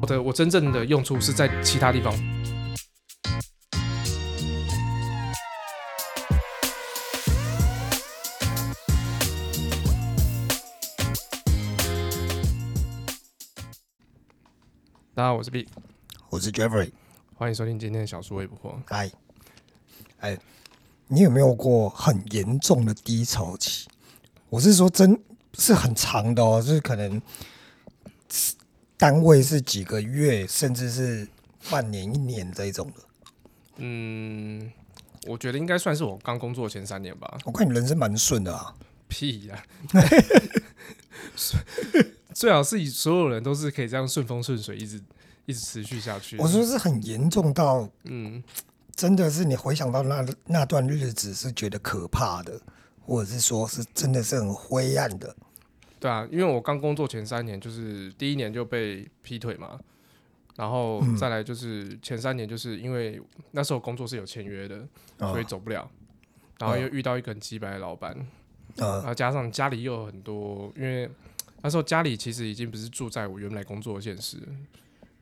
我的我真正的用处是在其他地方。大家好，我是 B，我是 Jeffrey，欢迎收听今天的小说微不惑。哎哎，你有没有过很严重的低潮期？我是说真是很长的哦，就是可能单位是几个月，甚至是半年、一年这一种的。嗯，我觉得应该算是我刚工作前三年吧。我看你人生蛮顺的啊，屁 呀、最好是以所有人都是可以这样顺风顺水，一直一直持续下去。我说是很严重到嗯，真的是你回想到那那段日子是觉得可怕的，或者是说是真的是很灰暗的。对啊，因为我刚工作前三年，就是第一年就被劈腿嘛，然后再来就是前三年，就是因为那时候工作是有签约的，啊所以走不了。然后又遇到一个很鸡掰的老板，呃然后加上家里又有很多，因为那时候家里其实已经不是住在我原来工作的县市，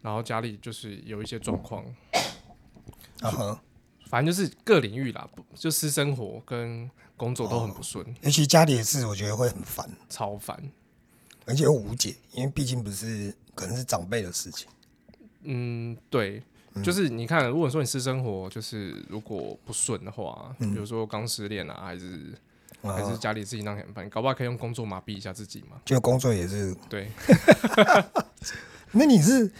然后家里就是有一些状况，啊哈，反正就是各领域啦，不就私生活跟工作都很不顺，尤其家里的事，我觉得会很烦。超烦。而且又无解，因为毕竟不是可能是长辈的事情。嗯，对，就是你看，如果说你私生活就是如果不顺的话，比如说刚失恋啊，还是还是嗯啊，家里自己让你很烦，搞不好可以用工作麻痹一下自己嘛。就工作也是。对，那你是，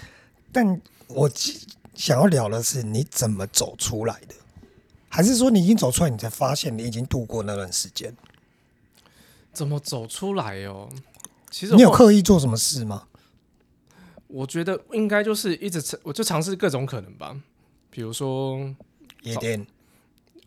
但我记想要聊的是你怎么走出来的，还是说你已经走出来，你才发现你已经度过那段时间？怎么走出来哦？其实你有我刻意做什么事吗？我觉得应该就是一直尝，我就尝试各种可能吧，比如说，夜店、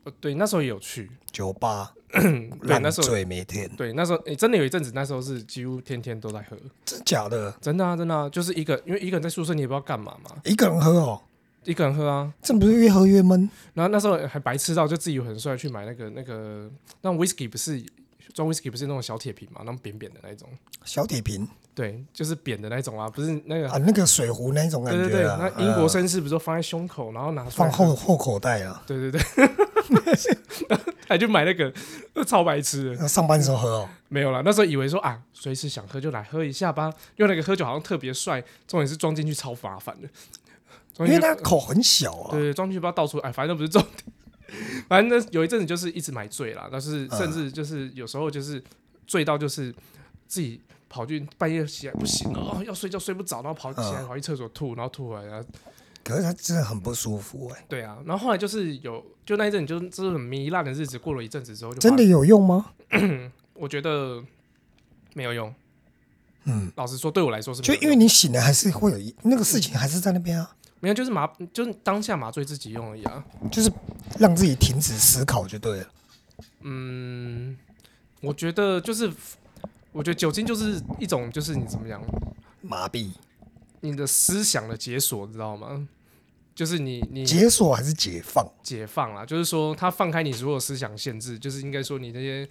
呃对，那时候也有去，酒吧，对，烂那时候醉每天，对，那时候、诶真的有一阵子，那时候是几乎天天都在喝。真假的？真的啊，真的啊，就是一个，因为一个人在宿舍，你也不知道干嘛嘛，一个人喝哦，一个人喝啊。这不是越喝越闷？然后那时候还白痴到，就自己很帅去买那个那个，那 whisky 不是装 whisky 不是那种小铁瓶嘛，那种扁扁的那种，小铁瓶对，就是扁的那种啊，不是那个，啊，那个水壶那一种感对对对，觉啊那，英国呃绅士不是都放在胸口，然后拿出来放后后口袋啊，对对对， 还就买那个超白痴的，那上班时候喝哦。没有啦，那时候以为说啊，随时想喝就来喝一下吧，用那个喝酒好像特别帅，重点是装进去超麻烦的，装进因为去它口很小啊对，对，装进去不知道到处，哎，反正都不是重点。 反正那有一阵子就是一直买醉啦，但嗯是甚至就是有时候就是醉到就是自己跑去半夜起来不行了，哦，要睡觉睡不着，然后跑起来嗯跑去厕所吐，然后吐回来，然后可是它真的很不舒服哎、对啊，然后后来就是有就那一阵子就是就是很糜烂的日子，过了一阵子之后就真的发，有用吗？我觉得没有用。嗯，老实说，对我来说是没有就因为用你醒了还是会有一那个事情还是在那边啊，没有就是麻就是当下麻醉自己用而已啊。就是让自己停止思考就对了。嗯，我觉得就是，我觉得酒精就是一种，就是你怎么讲，麻痹、你的思想的解锁，你知道吗？就是你你解锁还是解放？解放啦，就是说它放开你所有思想限制，就是应该说你这些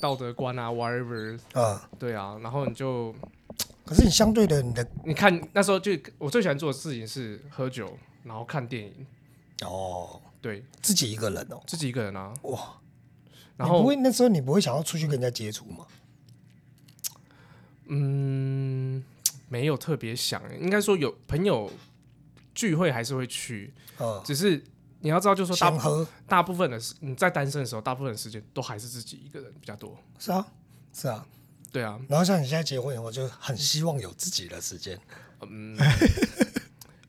道德观啊，whatever，啊、对啊，然后你就可是你相对的你的你看那时候就我最喜欢做的事情是喝酒，然后看电影，哦，对自己一个人哦，自己一个人啊，哇，然你不后会那时候你不会想要出去跟人家接触吗？嗯，没有特别想，应该说有朋友聚会还是会去，嗯，只是你要知道，就是说想大喝大部分的时你在单身的时候，大部分的时间都还是自己一个人比较多。是啊。是啊，对啊，然后像你现在结婚以后，就很希望有自己的时间。嗯，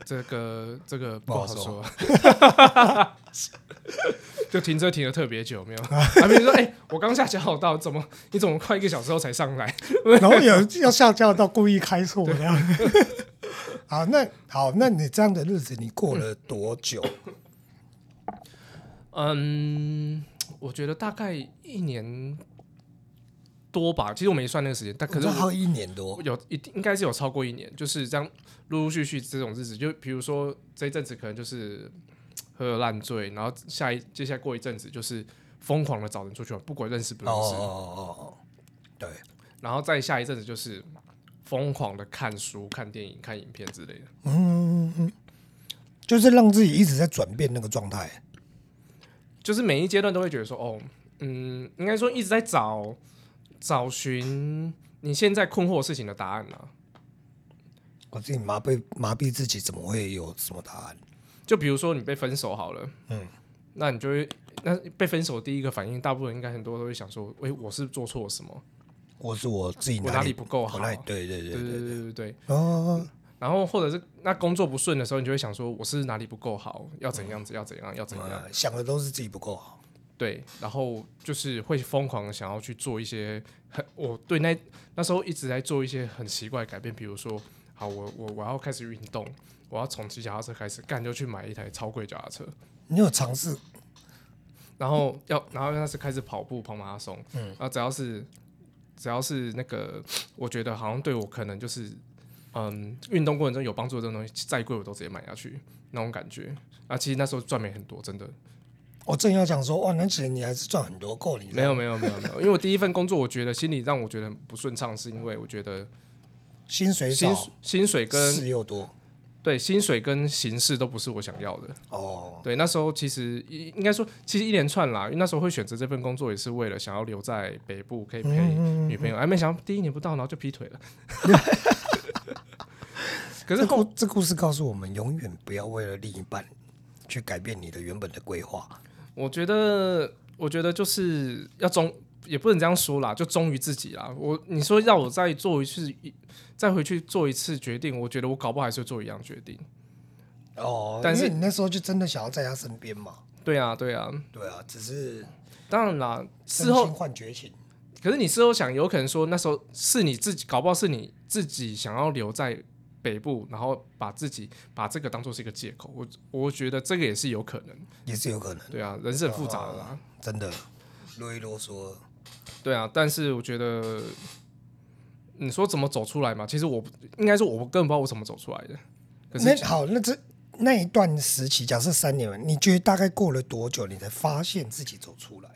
这个 这个不不好好说， 就停车停的特别久，没有？ 还没说，哎、我刚下小跑道，怎么你怎么快一个小时后才上来？然后有要下架到故意开错这样。好，那好，那你这样的日子你过了多久？嗯，我觉得大概一年多吧，其实我没算那个时间，但可是我我知道还有一年多，有一定应该是有超过一年，就是这样陆陆续续这种日子，就比如说这一阵子可能就是喝烂醉，然后下一接下来过一阵子就是疯狂的找人出去玩，不管认识不哦认识，哦哦哦，对，然后再下一阵子就是疯狂的看书、看电影、看影片之类的。就是让自己一直在转变那个状态。就是每一阶段都会觉得说，哦，嗯，应该说一直在找找寻你现在困惑的事情的答案啊。我自己麻痹麻痹自己，怎么会有什么答案？就比如说你被分手好了，嗯，那你就会，那被分手第一个反应，大部分应该很多都会想说，诶，我是做错了什么？我是我自己我哪哪里里不够我好？哪里对对对对对对对对对对。哦，然后或者是那工作不顺的时候，你就会想说，我是哪里不够好？要怎样子？要怎样？要怎样？呃想的都是自己不够好。对，然后就是会疯狂的想要去做一些很，我对那那时候一直在做一些很奇怪的改变，比如说，好，我我我要开始运动，我要从骑脚踏车开始，干就去买一台超贵脚踏车，你有尝试然后要然后那是开始跑步跑马拉松，嗯，然后只要是只要是那个，我觉得好像对我可能就是。嗯，运动过程中有帮助的这种东西，再贵我都直接买下去，那种感觉。啊，其实那时候赚没很多，真的。我正要讲说，哇，那钱你还是赚很多，够你没有没有没有没有，因为我第一份工作，我觉得心里让我觉得很不顺畅，是因为我觉得薪水薪少，薪水跟事又多。对薪水跟形式都不是我想要的。哦，对，那时候其实一应该说，其实一连串啦，因为那时候会选择这份工作，也是为了想要留在北部，可以陪女朋友。哎，没想到第一年不到，然后就劈腿了。 可是这后故这故事告诉我们，永远不要为了另一半去改变你的原本的规划。我觉得，我觉得就是要忠，也不能这样说啦，就忠于自己啦。我你说让我再做一次，再回去做一次决定，我觉得我搞不好还是会做一样决定。哦，但是因为你那时候就真的想要在他身边嘛。对啊，对啊，对啊，只是当然啦，真事后心换绝情。可是你事后想，有可能说那时候是你自己，搞不好是你自己想要留在北部，然后把自己把这个当做是一个借口。我我觉得这个也是有可能。也是有可能，对啊，人是很复杂的啦。真的啰里啰嗦。对啊，但是我觉得你说怎么走出来嘛？其实我不应该说，我根本不知道我怎么走出来的。可那是好，那这那一段时期，假设三年了，你觉得大概过了多久，你才发现自己走出来了？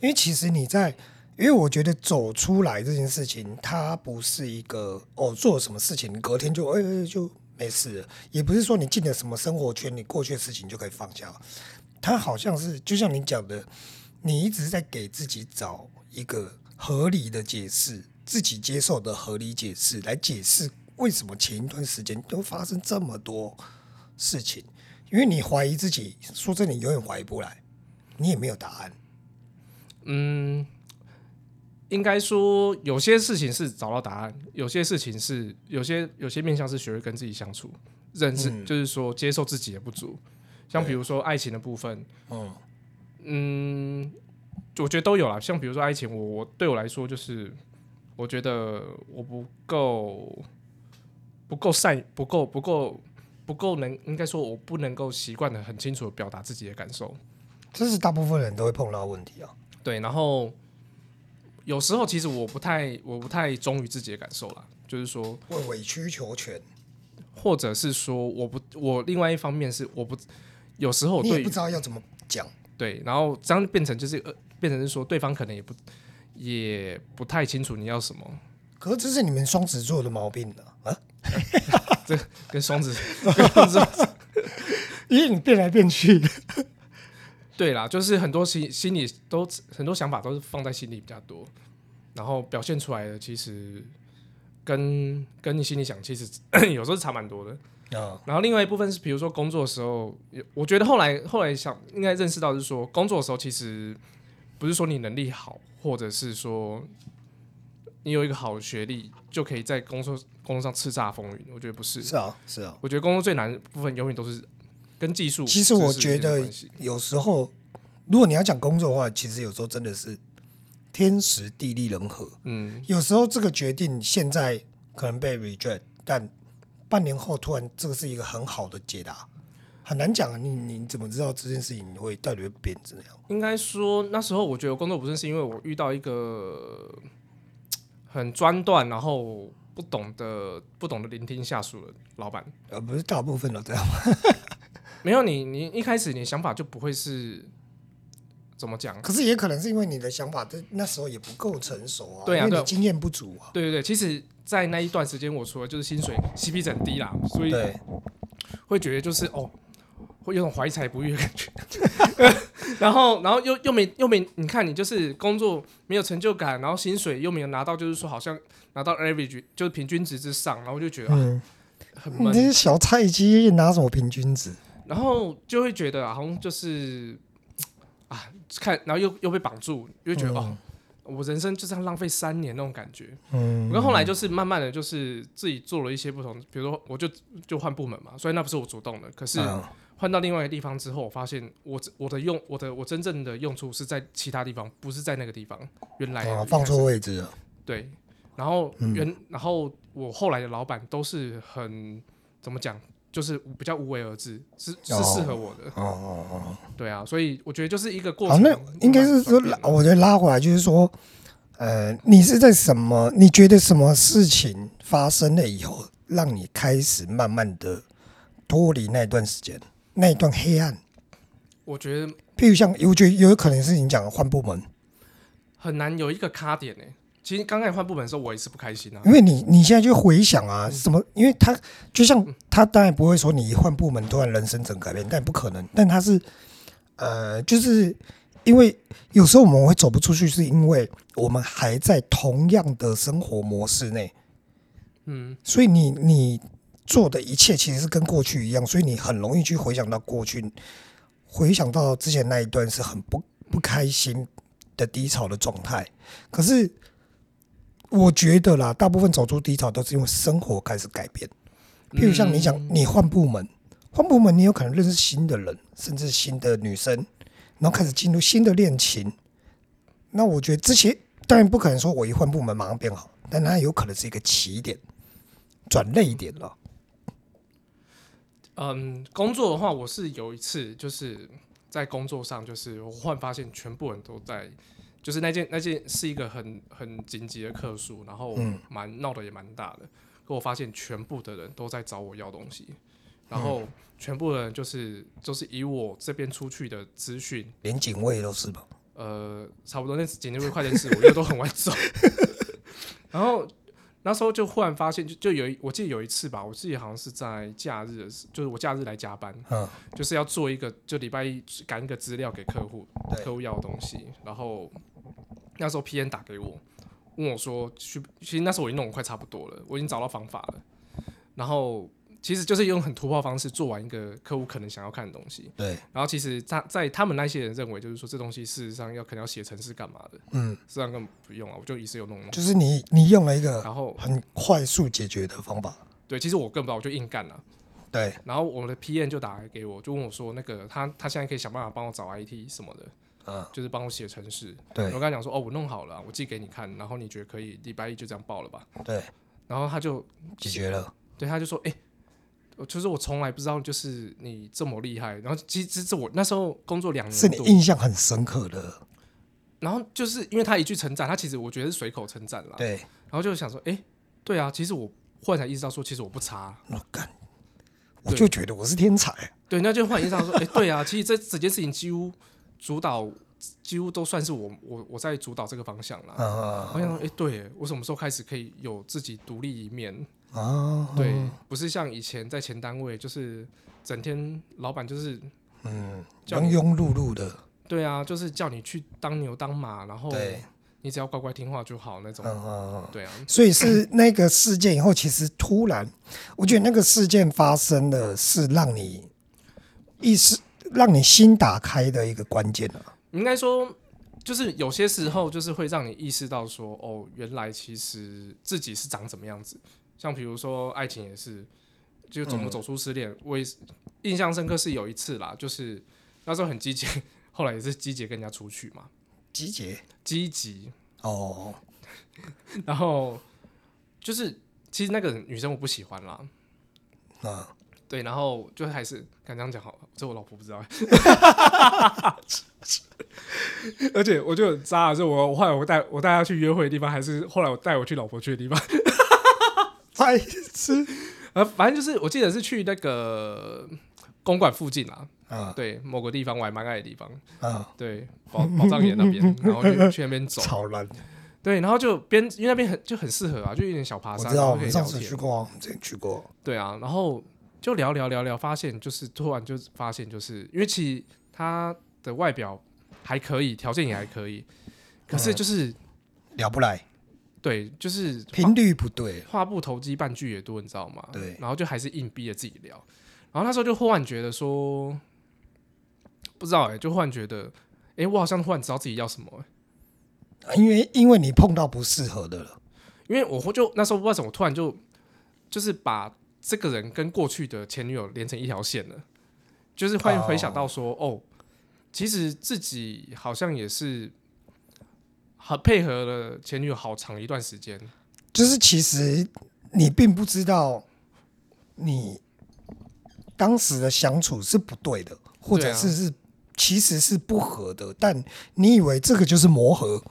因为其实你在，因为我觉得走出来这件事情，它不是一个哦做什么事情隔天就哎、哎就没事了，也不是说你进了什么生活圈，你过去的事情就可以放下了。它好像是就像你讲的，你一直在给自己找一个合理的解释，自己接受的合理解释来解释为什么前一段时间都发生这么多事情，因为你怀疑自己，说真的，你永远怀疑不来，你也没有答案。嗯，应该说有些事情是找到答案，有些事情是有些有些面向是学会跟自己相处，认识、就是说接受自己的不足。像比如说爱情的部分，嗯，嗯，我觉得都有啦。像比如说爱情，我我对我来说就是，我觉得我不够不够善，不够不够不够能，应该说我不能够习惯的很清楚的表达自己的感受。这是大部分人都会碰到的问题啊。对，然后有时候其实我不太我不太忠于自己的感受啦，就是说，会委曲求全，或者是说我不我另外一方面是我不有时候我你也对于不知道要怎么讲。对，然后这样变成就是呃，变成是说对方可能也不也不太清楚你要什么，可是这是你们双子座的毛病呢、啊，跟双子跟双子 因为你变来变去，对啦，就是很多心心里都很多想法都是放在心里比较多，然后表现出来的其实跟跟你心里想其实 有时候是差蛮多的。啊，然后另外一部分是，比如说工作的时候，有我觉得后来后来想应该认识到是说，工作的时候其实不是说你能力好，或者是说你有一个好的学历就可以在工作工作上叱咤风云，我觉得不是。是啊，是啊。我觉得工作最难的部分永远都是跟技术。其实我觉知识有得关系有时候，如果你要讲工作的话，其实有时候真的是天时地利人和。嗯，有时候这个决定现在可能被 reject，但半年后突然这个是一个很好的解答，很难讲啊。你你怎么知道这件事情会到底会变怎样？应该说那时候我觉得我工作不顺，是因为我遇到一个呃很专断，然后不懂得不懂得聆听下属的老板。呃，不是大部分都这样。没有你，你一开始你想法就不会是怎么讲？可是也可能是因为你的想法，这那时候也不够成熟啊，对啊因为对你啊经验不足啊，对对对，其实，在那一段时间，我除了就是薪水 CP 值很低啦，所以对，会觉得就是哦，会有种怀才不遇的感觉。 呃然后，然后又又没又没，你看你就是工作没有成就感，然后薪水又没有拿到，就是说好像拿到 average 就是平均值之上，然后就觉得、啊嗯，很你闷这，些小菜鸡拿什么平均值？然后就会觉得啊好像就是啊看，然后又又被绑住，又觉得、哦，我人生就这样浪费三年那种感觉。嗯，然后后来就是慢慢的就是自己做了一些不同，比如说我就就换部门嘛，所以那不是我主动的，可是。嗯换到另外一个地方之后，我发现我我的用我的我真正的用处是在其他地方，不是在那个地方。原来的啊，放嗯错位置了，对，然后原、然后我后来的老板都是很怎么讲，就是比较无为而治，是是哦适合我的。哦哦哦。对啊，所以我觉得就是一个过好，程。那应该是说慢慢转变的拉，我觉得拉回来就是说，呃，你是在什么？你觉得什么事情发生了以后，让你开始慢慢的脱离那段时间，那一段黑暗？我觉得譬如像，我觉得有可能是你讲的换部门，很难有一个卡点呢、其实刚开始换部门的时候，我也是不开心啊因。为你你现在就回想啊，什么？因为他就像他当然不会说你一换部门突然人生整改变，但不可能。但他是呃，就是因为有时候我们会走不出去，是因为我们还在同样的生活模式内，嗯，所以你你做的一切其实是跟过去一样，所以你很容易去回想到过去，回想到之前那一段是很不不开心的低潮的状态。可是我觉得啦，大部分走出低潮都是因为生活开始改变。譬如像你讲，你换部门，换部门你有可能认识新的人，甚至新的女生，然后开始进入新的恋情。那我觉得这些当然不可能说我一换部门马上变好，但它有可能是一个起点，转泪点了。嗯，工作的话，我是有一次就是在工作上，就是我忽然发现全部人都在，就是那件那件是一个很很紧急的客诉，然后蛮闹得也蛮大的。可我发现全部的人都在找我要东西，然后全部的人就是就是以我这边出去的资讯，连警卫都是吧？呃，差不多那简介会快点死，我觉得都很晚走。 然后那时候就忽然发现，就就有一我记得有一次吧，我自己好像是在假日的时，就是我假日来加班，嗯，就是要做一个，就礼拜一赶一个资料给客户对，客户要的东西。然后那时候 P N 打给我，问我说去，其实那时候我已经弄得快差不多了，我已经找到方法了。然后其实就是用很突破的方式做完一个客户可能想要看的东西。对，然后其实他在他们那些人认为，就是说这东西事实上要可能要写程式干嘛的，嗯，事实上根本不用啊，我就一次有弄一弄。就是你你用了一个然后很快速解决的方法。对，其实我更不知道，我就硬干了、对，然后我的 P N 就打来给我，就问我说，那个他他现在可以想办法帮我找 I T 什么的，嗯，就是帮我写程式。我对跟他讲说，哦，我弄好了啊、我寄给你看，然后你觉得可以，礼拜一就这样报了吧。对，然后他就解决了。对他就说，哎、我就是我从来不知道，就是你这么厉害。然后其实这我那时候工作两是年你多，印象很深刻的，然后就是因为他一句称赞，他其实我觉得是随口称赞啦。对，然后就想说，哎、对啊，其实我后来才意识到说，其实我不差。我干，我就觉得我是天才，对，那就换言之 说，哎、对啊，其实这整件事情几乎主导，几乎都算是我我我在主导这个方向啦。啊我想说，哎、对耶，我什么时候开始可以有自己独立一面？啊，对，不是像以前在前单位，就是整天老板就是，嗯，叫庸你庸碌碌的，对啊，就是叫你去当牛当马，然后对你只要乖乖听话就好那种。嗯嗯嗯。对啊，所以是那个事件以后，其实突然，我觉得那个事件发生的是让你意识、让你心打开的一个关键啊。应该说，就是有些时候就是会让你意识到说，哦，原来其实自己是长怎么样子。像比如说爱情也是，就怎么走出失恋，我也是印象深刻是有一次啦，就是那时候很积极， 后来也是积极跟人家出去嘛，集结积极，哦，然后就是其实那个女生我不喜欢啦，啊，对，然后就还是敢这样讲好了，这我老婆不知道。 而且我就很渣，就我我后来我带我带她去约会的地方，还是后来我带我去老婆去的地方， 白痴呃，反正就是我记得是去那个公馆附近啦，啊对某个地方我还蛮爱的地方，啊，对宝宝藏岩那 边，然后就去那边走，超烂。对，然后就边因为那边很就很适合啊，就有点小爬我山，知然道，后我可以们聊上次去天，过，我们之前去过，对啊，然后就聊聊聊聊，发现就是突然就发现就是因为其实他的外表还可以，条件也还可以，可是就是、聊不来，对，就是频率不对。话不投机半句也多，你知道吗？对然后就还是硬逼着自己聊。然后那时候就忽然觉得说，不知道哎、就忽然觉得，哎、我好像忽然知道自己要什么、欸。啊因为因为你碰到不适合的了，因为我就那时候不知道怎么，我突然就就是把这个人跟过去的前女友连成一条线了，就是忽然哦回想到说，哦，其实自己好像也是很配合了前女友好长一段时间，就是其实你并不知道你当时的相处是不对的，或啊者是是、其实是不合的，但你以为这个就是磨合，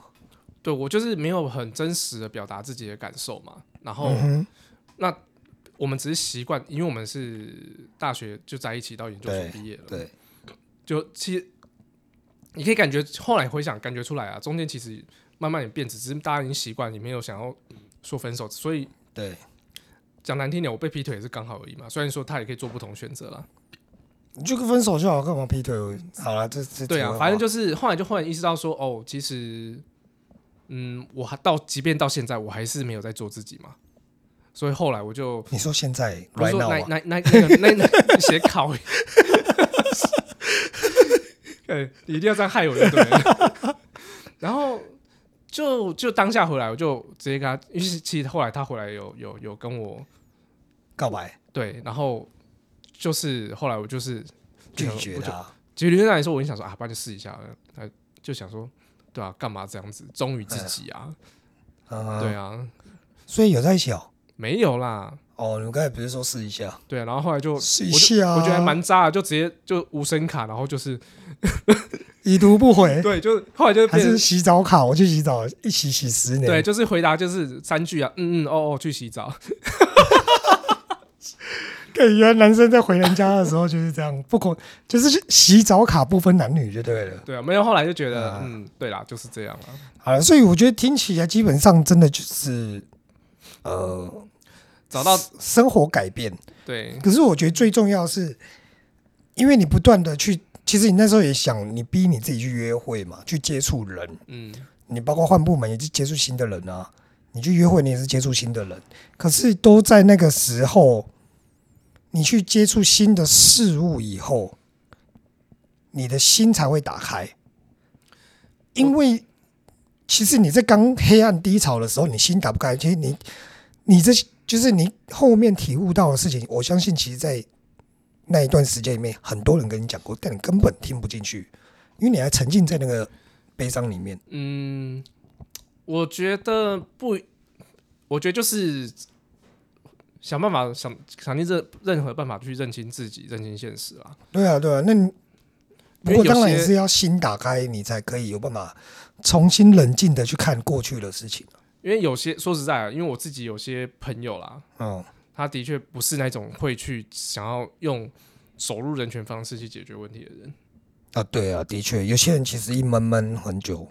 对我就是没有很真实的表达自己的感受嘛。然后，那我们只是习惯，因为我们是大学就在一起到研究所对毕业了，对，就其实你可以感觉后来回想感觉出来啊，中间其实慢慢也变质，只是大家已经习惯，也没有想要说分手，所以对，讲难听点，我被劈腿也是刚好而已嘛。虽然说他也可以做不同选择啦，你就分手就好，干嘛劈腿？好了，这这对题啊，外反正话就是后来就忽然意识到说，哦，其实，嗯，我还到即便到现在，我还是没有在做自己嘛。所以后来我就你说现在不是 right 说 now 那啊那那那个那那写考， 对，你一定要这样害我就对了。然后就就当下回来，我就直接跟他，因为其实后来他回来有有有跟我告白对，然后就是后来我就是拒绝我就他，其实原来说，我就想说啊，不然就试一下，呃，就想说，对啊，干嘛这样子，忠于哎自己啊，嗯，对啊，所以有在一起哦。没有啦，哦，你刚才不是说试一下，对啊，然后后来就试一下啊，我觉得还蛮渣的，就直接就无声卡，然后就是已读不回，对，就是后来就哎还变成是洗澡卡，我去洗澡，一起洗十年。对，就是回答就是三句啊，嗯嗯哦哦，去洗澡，对，原来男生在回人家的时候就是这样，不管就是洗澡卡不分男女就对了。对啊，没有，后来就觉得啊嗯，对啦，就是这样啊，好了，所以我觉得听起来基本上真的就是，呃，找到生活改变。对可是我觉得最重要的是，因为你不断的去，其实你那时候也想，你逼你自己去约会嘛，去接触人，嗯，你包括换部门也是接触新的人啊，你去约会你也是接触新的人，可是都在那个时候，你去接触新的事物以后，你的心才会打开，因为其实你在刚黑暗低潮的时候，你心打不开，其实你你这就是你后面体悟到的事情，我相信其实，在那一段时间里面，很多人跟你讲过，但你根本听不进去，因为你还沉浸在那个悲伤里面。嗯，我觉得不，我觉得就是想办法想想尽任任何办法去认清自己，认清现实啊。对啊，对啊，那你因不为过有当然些也是要心打开，你才可以有办法重新冷静的去看过去的事情。啊因为有些说实在啊，因为我自己有些朋友啦，嗯，他的确不是那种会去想要用走入人权方式去解决问题的人。啊，对啊，的确，有些人其实一闷闷很久。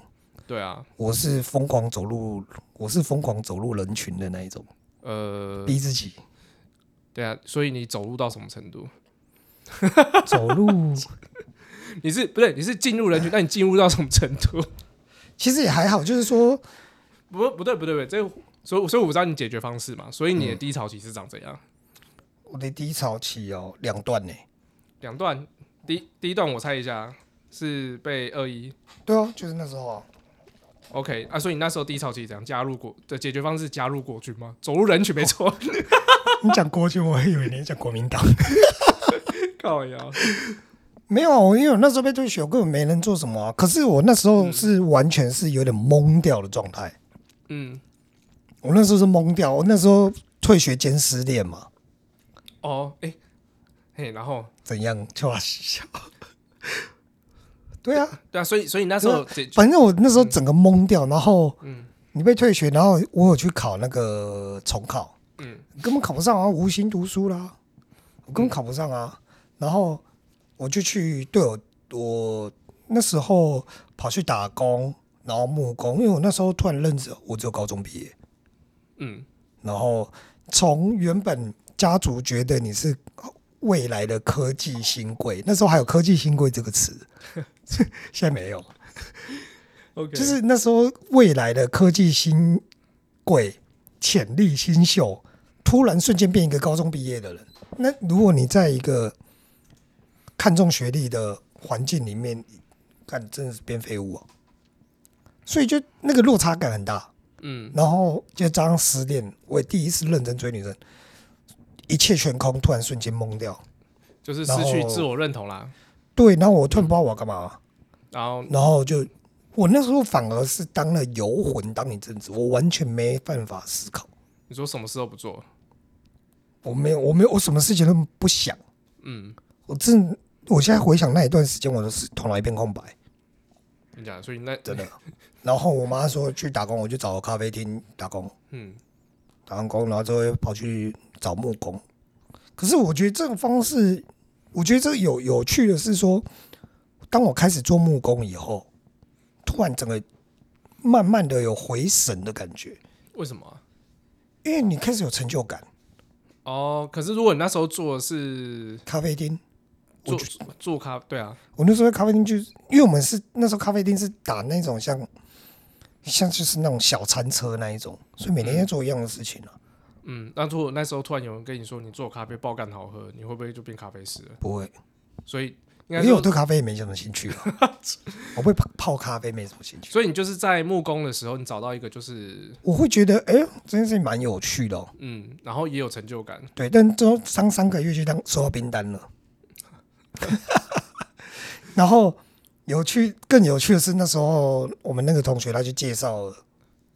对啊，我是疯狂走入，我是疯狂走入人群的那一种，呃，逼自己对啊，所以你走路到什么程度？走入。你是不对？你是进入人 群，那你进入到什么程度？ 其实也还好，就是说，不，不对，不对，不对，这所以所以我知道你解决方式嘛，所以你的低潮期是长怎样？我的低潮期哦，两段呢。两段，第第一段我猜一下是被恶意对啊，就是那时候啊， OK 啊，所以你那时候低潮期怎样？加入国的解决方式加入国军吗？走入人群没错，你讲国军，我还以为你讲国民党。 靠呀， 没有啊，我因为我那时候被退学，我根本没能做什么啊。可是我那时候是完全是有点懵掉的状态。嗯，我那时候是懵掉，我那时候退学兼失恋嘛，哦，哎、嘿，然后怎样就要 笑。对啊，对啊，所以所以你那时候解决反正我那时候整个懵掉，然后嗯你被退学，然后我有去考那个重考，嗯根本考不上啊，无心读书啦，我根本考不上啊。然后我就去，对我我那时候跑去打工，然后木工，因为我那时候突然认识，我只有高中毕业，嗯，然后从原本家族觉得你是未来的科技新贵，那时候还有科技新贵这个词， 现在没有， ，OK，就是那时候未来的科技新贵、潜力新秀，突然瞬间变一个高中毕业的人。那如果你在一个看重学历的环境里面，看真的是变废物啊！所以就那个落差感很大。嗯，然后就加上失恋，我也第一次认真追女生，一切全空，突然瞬间懵掉。就是失去然后自我认同啦。对，然后我突然不知道我要干嘛、然后然后就我那时候反而是当了游魂当一阵子，我完全没办法思考，你说什么事都不做，我没有，我没有，我什么事情都不想，嗯，我真的，我现在回想那一段时间，我都是头脑一片空白，你讲，所以那真的。然后我妈说去打工，我就找咖啡厅打工，嗯，打完工，然后之后又跑去找木工。可是我觉得这种方式，我觉得这有有趣的是说，当我开始做木工以后，突然整个慢慢的有回神的感觉。为什么啊？因为你开始有成就感。哦，可是如果你那时候做的是咖啡厅，我做做咖，对啊，我那时候在咖啡厅就是，因为我们是那时候咖啡厅是打那种像，像就是那种小餐车那一种，所以每天在做一样的事情啊，嗯，那如果那时候突然有人跟你说你做咖啡爆干好喝，你会不会就变咖啡师了？不会，所以应因该为我说，对咖啡也没什么兴趣 啊，我会泡泡咖啡没什么兴趣，所以你就是在木工的时候，你找到一个就是我会觉得哎、这件事情蛮有趣的、哦，嗯，然后也有成就感，对，但之后上三个月就当收到冰单了， 然后有趣更有趣的是那时候我们那个同学他就介绍了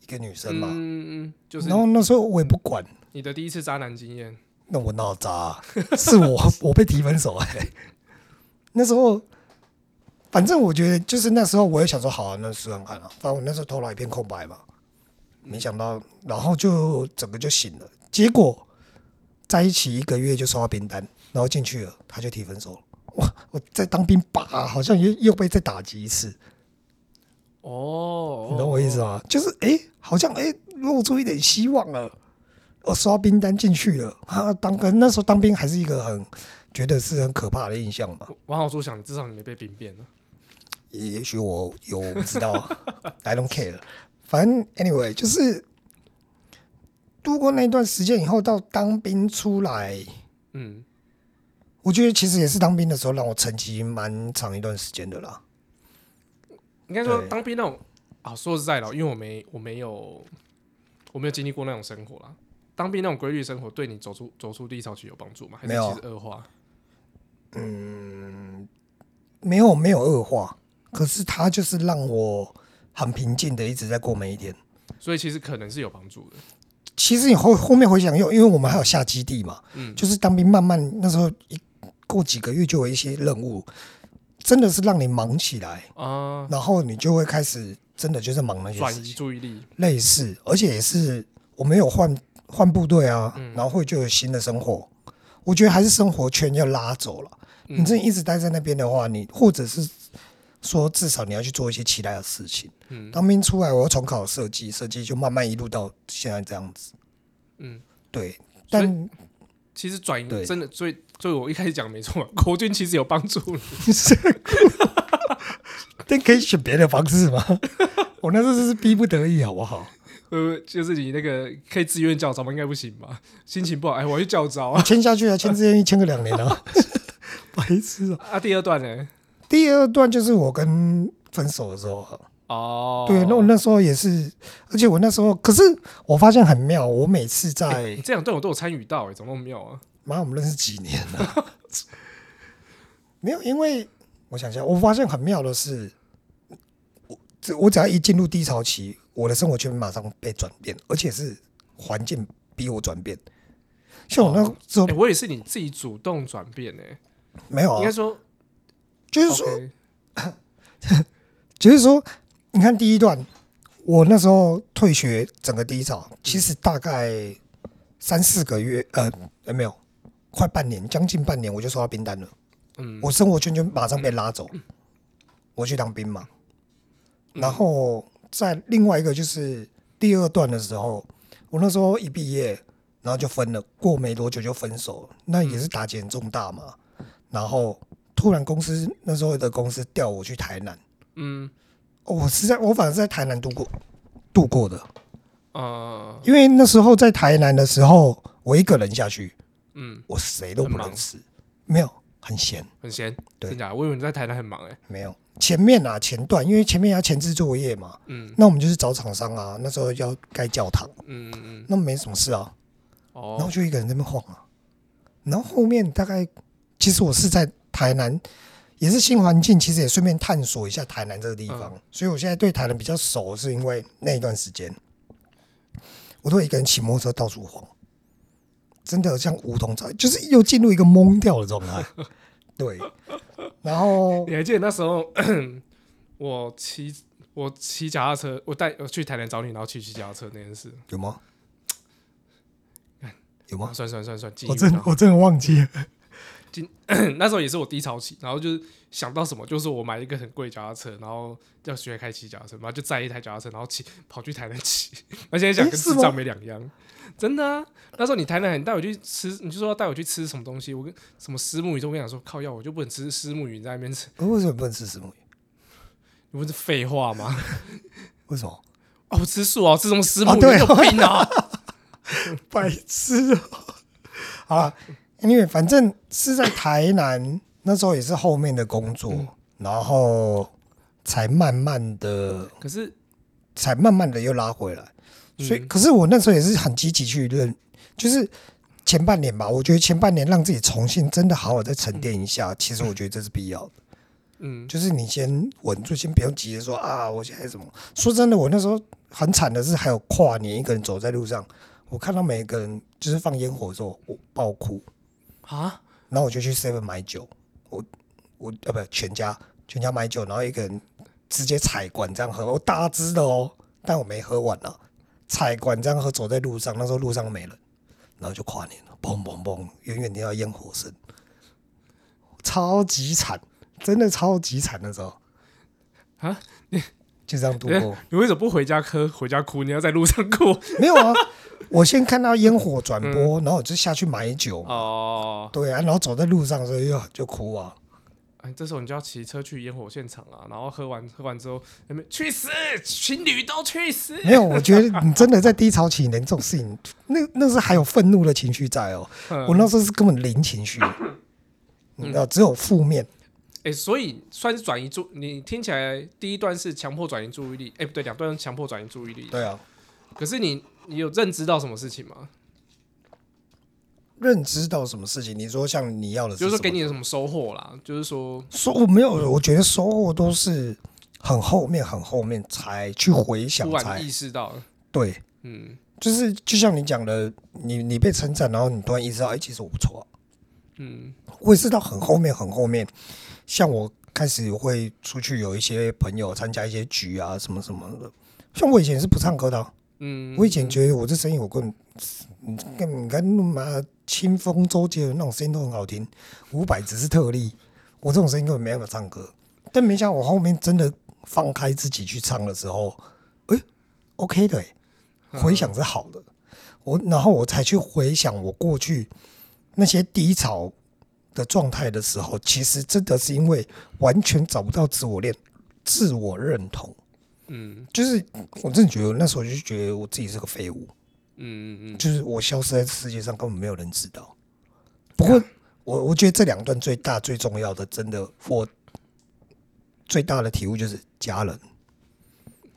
一个女生嘛，嗯嗯，就是嗯然后那时候我也不管。你的第一次渣男经验，那我哪有渣啊、是我我被提分手哎、 那时候，反正我觉得就是那时候，我也想说好啊，那试看看啊。反正我那时候头脑一片空白嘛，没想到，然后就整个就醒了。结果在一起一个月就收到冰单，然后进去了，他就提分手了。哇！我在当兵吧，好像又又被再打击一次，哦，你懂我意思哦？吗？就是哎、诶好像哎、诶露出一点希望了。我刷冰单进去了，啊，当跟那时候当兵还是一个很觉得是很可怕的印象嘛。王好说想，至少你没被兵变了。也也许我有我不知道 ，I don't care。反正 anyway 就是度过那段时间以后，到当兵出来，嗯，我觉得其实也是当兵的时候让我沉寂蛮长一段时间的啦。应该说对当兵那种啊，说实在的哦，因为我没我没有我没有经历过那种生活啦。当兵那种规律生活，对你走出走出低潮期有帮助吗？还是没有其实恶化？没有没有恶化，可是它就是让我很平静的一直在过每一天。所以其实可能是有帮助的。其实你后后面回想又，因为我们还有下基地嘛，嗯就是当兵慢慢那时候一过几个月就有一些任务，真的是让你忙起来，啊，然后你就会开始真的就是忙那些转事移情，注意力。类似，而且也是我没有换换部队啊，嗯然后会就有新的生活，我觉得还是生活圈要拉走了。嗯你真的一直待在那边的话，你或者是说至少你要去做一些其他的事情。嗯当兵出来，我要重考设计，设计就慢慢一路到现在这样子。嗯，对，所以但其实转移对真的，所以所以我一开始讲没错， 国军其实有帮助你。但可以选别的方式吗？ 我那时候就是逼不得已，好不好？呃， 就是你那个可以自愿教招吗？应该不行吧？心情不好，哎，我要去教招啊。签下去啊，签字愿意签个两 年啊，白痴啊！啊，第二段呢？第二段就是我跟分手的时候啊，哦，对，那我那时候也是，而且我那时候，可是我发现很妙，我每次在哎 你这两段我都有参与到，哎，怎么那么妙啊？妈，我们认识几年了、没有，因为我想一下，我发现很妙的是，我只我只要一进入低潮期，我的生活圈马上被转变，而且是环境逼我转变。像我那时候、哎，我也是你自己主动转变哎，没有应该啊，说就是说， ，OK，就是说，你看第一段，我那时候退学，整个低潮，其实大概三四个月，呃，呃没有，快半年，将近半年，我就收到冰单了。我生活圈就马上被拉走，我去当兵嘛。然后在另外一个就是第二段的时候，我那时候一毕业，然后就分了，过没多久就分手了，那也是打击很重大嘛。然后突然公司那时候的公司调我去台南，嗯哦我是在我反正是在台南度过度过的，呃因为那时候在台南的时候，我一个人下去，嗯，我谁都不很忙认识，没有很闲，很闲，对真假的？我以为你在台南很忙哎、没有。前面啊，前段，因为前面要前置作业嘛，嗯那我们就是找厂商啊，那时候要盖教堂，嗯嗯嗯，那没什么事啊，然后哦，就一个人在那边晃啊，然后后面大概，其实我是在台南，也是新环境，其实也顺便探索一下台南这个地方，所以我现在对台南比较熟，是因为那一段时间，我都一个人骑摩托车到处晃，真的像梧桐草，就是又进入一个懵掉的状态，对，然后你还记得那时候 我骑我骑脚踏车，我带我去台南找你，然后去骑脚踏车那件事，有吗？有啊、吗？算算算算，记忆我哦真不到我真的忘记了。那时候也是我低潮期，然后就是想到什么，就是我买了一个很贵的脚踏车，然后要学开骑脚踏车，然后就载一台脚踏车，然后骑跑去台南骑， 而且想诶跟是智障吗没两样，真的啊！那时候你台南，你带我去吃，你就说要带我去吃什么东西，我跟什么石目鱼，我跟你讲说靠药，我就不能吃石目鱼，你在那边吃，为什么不能吃石目鱼？你不是废话吗？ 为什么？哦，我吃素哦，吃什么石目啊鱼？对你有病啊！ 白痴、啊！好了，因为反正是在台南，那时候也是后面的工作，嗯然后才慢慢的， 可是才慢慢的又拉回来。所以，嗯可是我那时候也是很积极去认，就是前半年吧，我觉得前半年让自己重新真的好好再沉淀一下，其实我觉得这是必要的。嗯，就是你先稳住，先不用急着说啊，我现在什么？说真的，我那时候很惨的是，还有跨年一个人走在路上，我看到每个人就是放烟火的时候，我爆哭，啊，然后我就去 seven 买酒，我我啊不全家全家买酒，然后一个人直接踩管这样喝，我大支的哦，但我没喝完啊，踩管这样喝，走在路上，那时候路上没人，然后就跨年了，嘣嘣嘣，远远听到烟火声，超级惨，真的超级惨那时候啊， 就这样度哎过， 你为什么不回家哭？回家哭，你要在路上哭 没有啊，我先看到烟火转播，然后我就下去买酒，嗯哦。对啊，然后走在路上的时候又就哭啊，哎，这时候你就要骑车去烟火现场啊，然后喝完喝完之后，那边去死，情侣都去死。没有，我觉得你真的在低潮期，你连这种事情，那那是还有愤怒的情绪在哦。嗯我那时候是根本零情绪，你知道，只有负面。哎，所以算是转移注，你听起来第一段是强迫转移注意力，哎，不对，两段是强迫转移注意力。对啊，可是你你有认知到什么事情吗？认知到什么事情？你说像你要的是就是说给什么你有什么收获啦？就是说，说我没有，我觉得收获都是很后面、很后面才去回想突然才意识到，对。嗯就是就像你讲的，你你被称赞，然后你突然意识到，哎、其实我不错啊、嗯我也是到很后面很后面，像我开始会出去有一些朋友参加一些局啊什么什么的。像我以前是不唱歌的啊、嗯，我以前觉得我这声音我跟你跟你看妈清风周杰伦那种声音都很好听，伍佰只是特例，我这种声音根本没办法唱歌。但没想到我后面真的放开自己去唱的时候，哎、o k 的、欸，嗯回想是好的。我然后我才去回想我过去那些低潮的状态的时候，其实真的是因为完全找不到自我恋、自我认同。嗯就是我真的觉得那时候就觉得我自己是个废物，嗯嗯嗯，就是我消失在世界上，根本没有人知道。不过我我觉得这两段最大最重要的，真的我最大的体悟就是家人，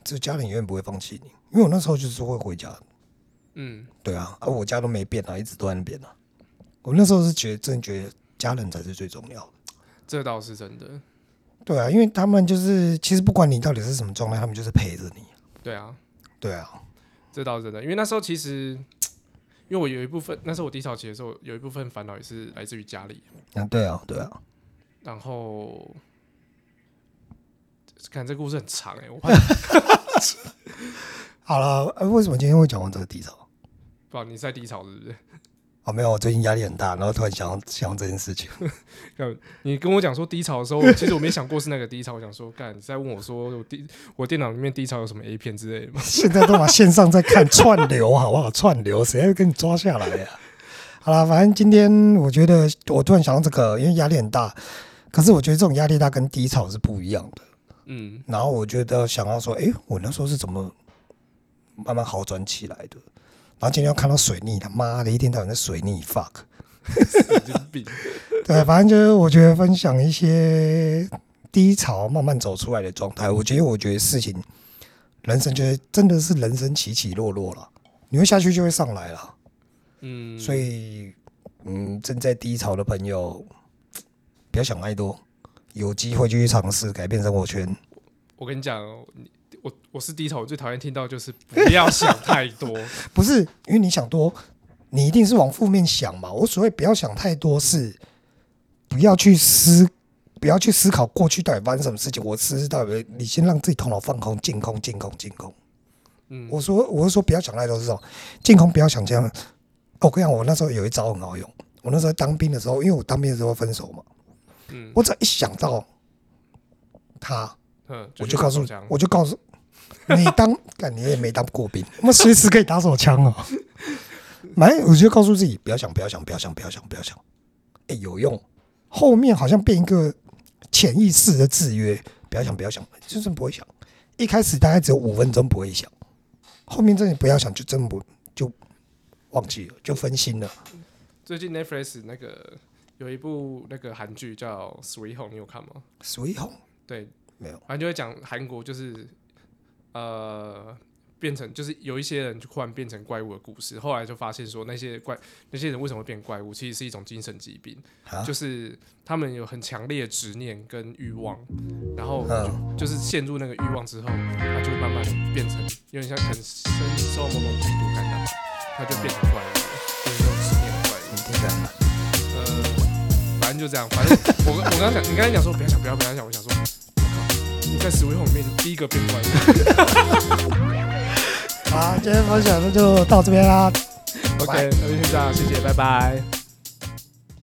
这家人永远不会放弃你，因为我那时候就是会回家，嗯，对啊，啊我家都没变啊，一直都在那边啊。我那时候是觉得真的觉得家人才是最重要的，这倒是真的。对啊，因为他们就是其实不管你到底是什么状态，他们就是陪着你，对啊，对啊，这倒是真的，因为那时候其实，因为我有一部分，那时候我低潮期的时候，有一部分烦恼也是来自于家里，啊对啊对啊，然后，看这故事很长哎、我怕 不好了，呃为什么今天会讲完这个地潮？知道你在低潮是不是？ 哦，没有，我最近压力很大，然后突然想到想到这件事情。你跟我讲说低潮的时候，我其实我没想过是那个低潮，我想说，干你在问我说我低我电脑里面低潮有什么 A 片之类的吗？现在都把线上在看串流，好不好？串流谁会给你抓下来 呀、好啦，反正今天我觉得我突然想到这个，因为压力很大，可是我觉得这种压力大跟低潮是不一样的。嗯，然后我觉得想要说，诶，我那时候是怎么慢慢好转起来的？然后今天又看到水逆，他妈的，一天到晚在水逆，fuck。神经病。 对，反正就是我觉得分享一些低潮慢慢走出来的状态。我觉得，我觉得事情，人生就是真的是人生起起落落了，你会下去就会上来了。嗯，所以，嗯，正在低潮的朋友，不要想太多，有机会就去尝试改变生活圈。我跟你讲，哦你我我是低潮，我最讨厌听到就是不要想太多。 不是因为你想多，你一定是往负面想嘛。我所谓不要想太多是，不要去思，不要去思考过去到底发生什么事情。我思到底，你先让自己头脑放空，净空，净空，净空。嗯我说，我是说不要想太多这种，净空不要想这样。哦我跟你讲，我那时候有一招很好用。我那时候当兵的时候，因为我当兵的时候分手嘛，嗯我只要一想到他，嗯，我去就告诉手你枪，我就告 诉你当，干你也没当过兵，那随时可以打手枪哦。 买，我就告诉自己不要想，不要想，不要想，不要想，不要想。哎、有用。后面好像变一个潜意识的制约，不要想，不要想，就是不会想。一开始大概只有五分钟不会想，后面真的不要想，就真不就忘记了，就分心了。最近 Netflix 那个有一部那个韩剧叫《Sweet Home》，你有看吗？所以吼，对，没有，反正就会讲韩国就是呃变成就是有一些人就忽然变成怪物的故事，后来就发现说那些怪那些人为什么会变怪物，其实是一种精神疾病，啊就是他们有很强烈的执念跟欲望，然后嗯，就是陷入那个欲望之后，他就会慢慢变成有点像很深受某种嫉妒感染，他就变成怪物了，就是那种执念的怪物。你听起来很难呃，反正就这样，反正我我我刚讲，你刚才讲说不要想，不要不要想，我想说，我靠，你在 s w i 后面第一个变怪 物。好，今天分享的就到这边啦。 OK，那就先这样，谢谢，拜拜。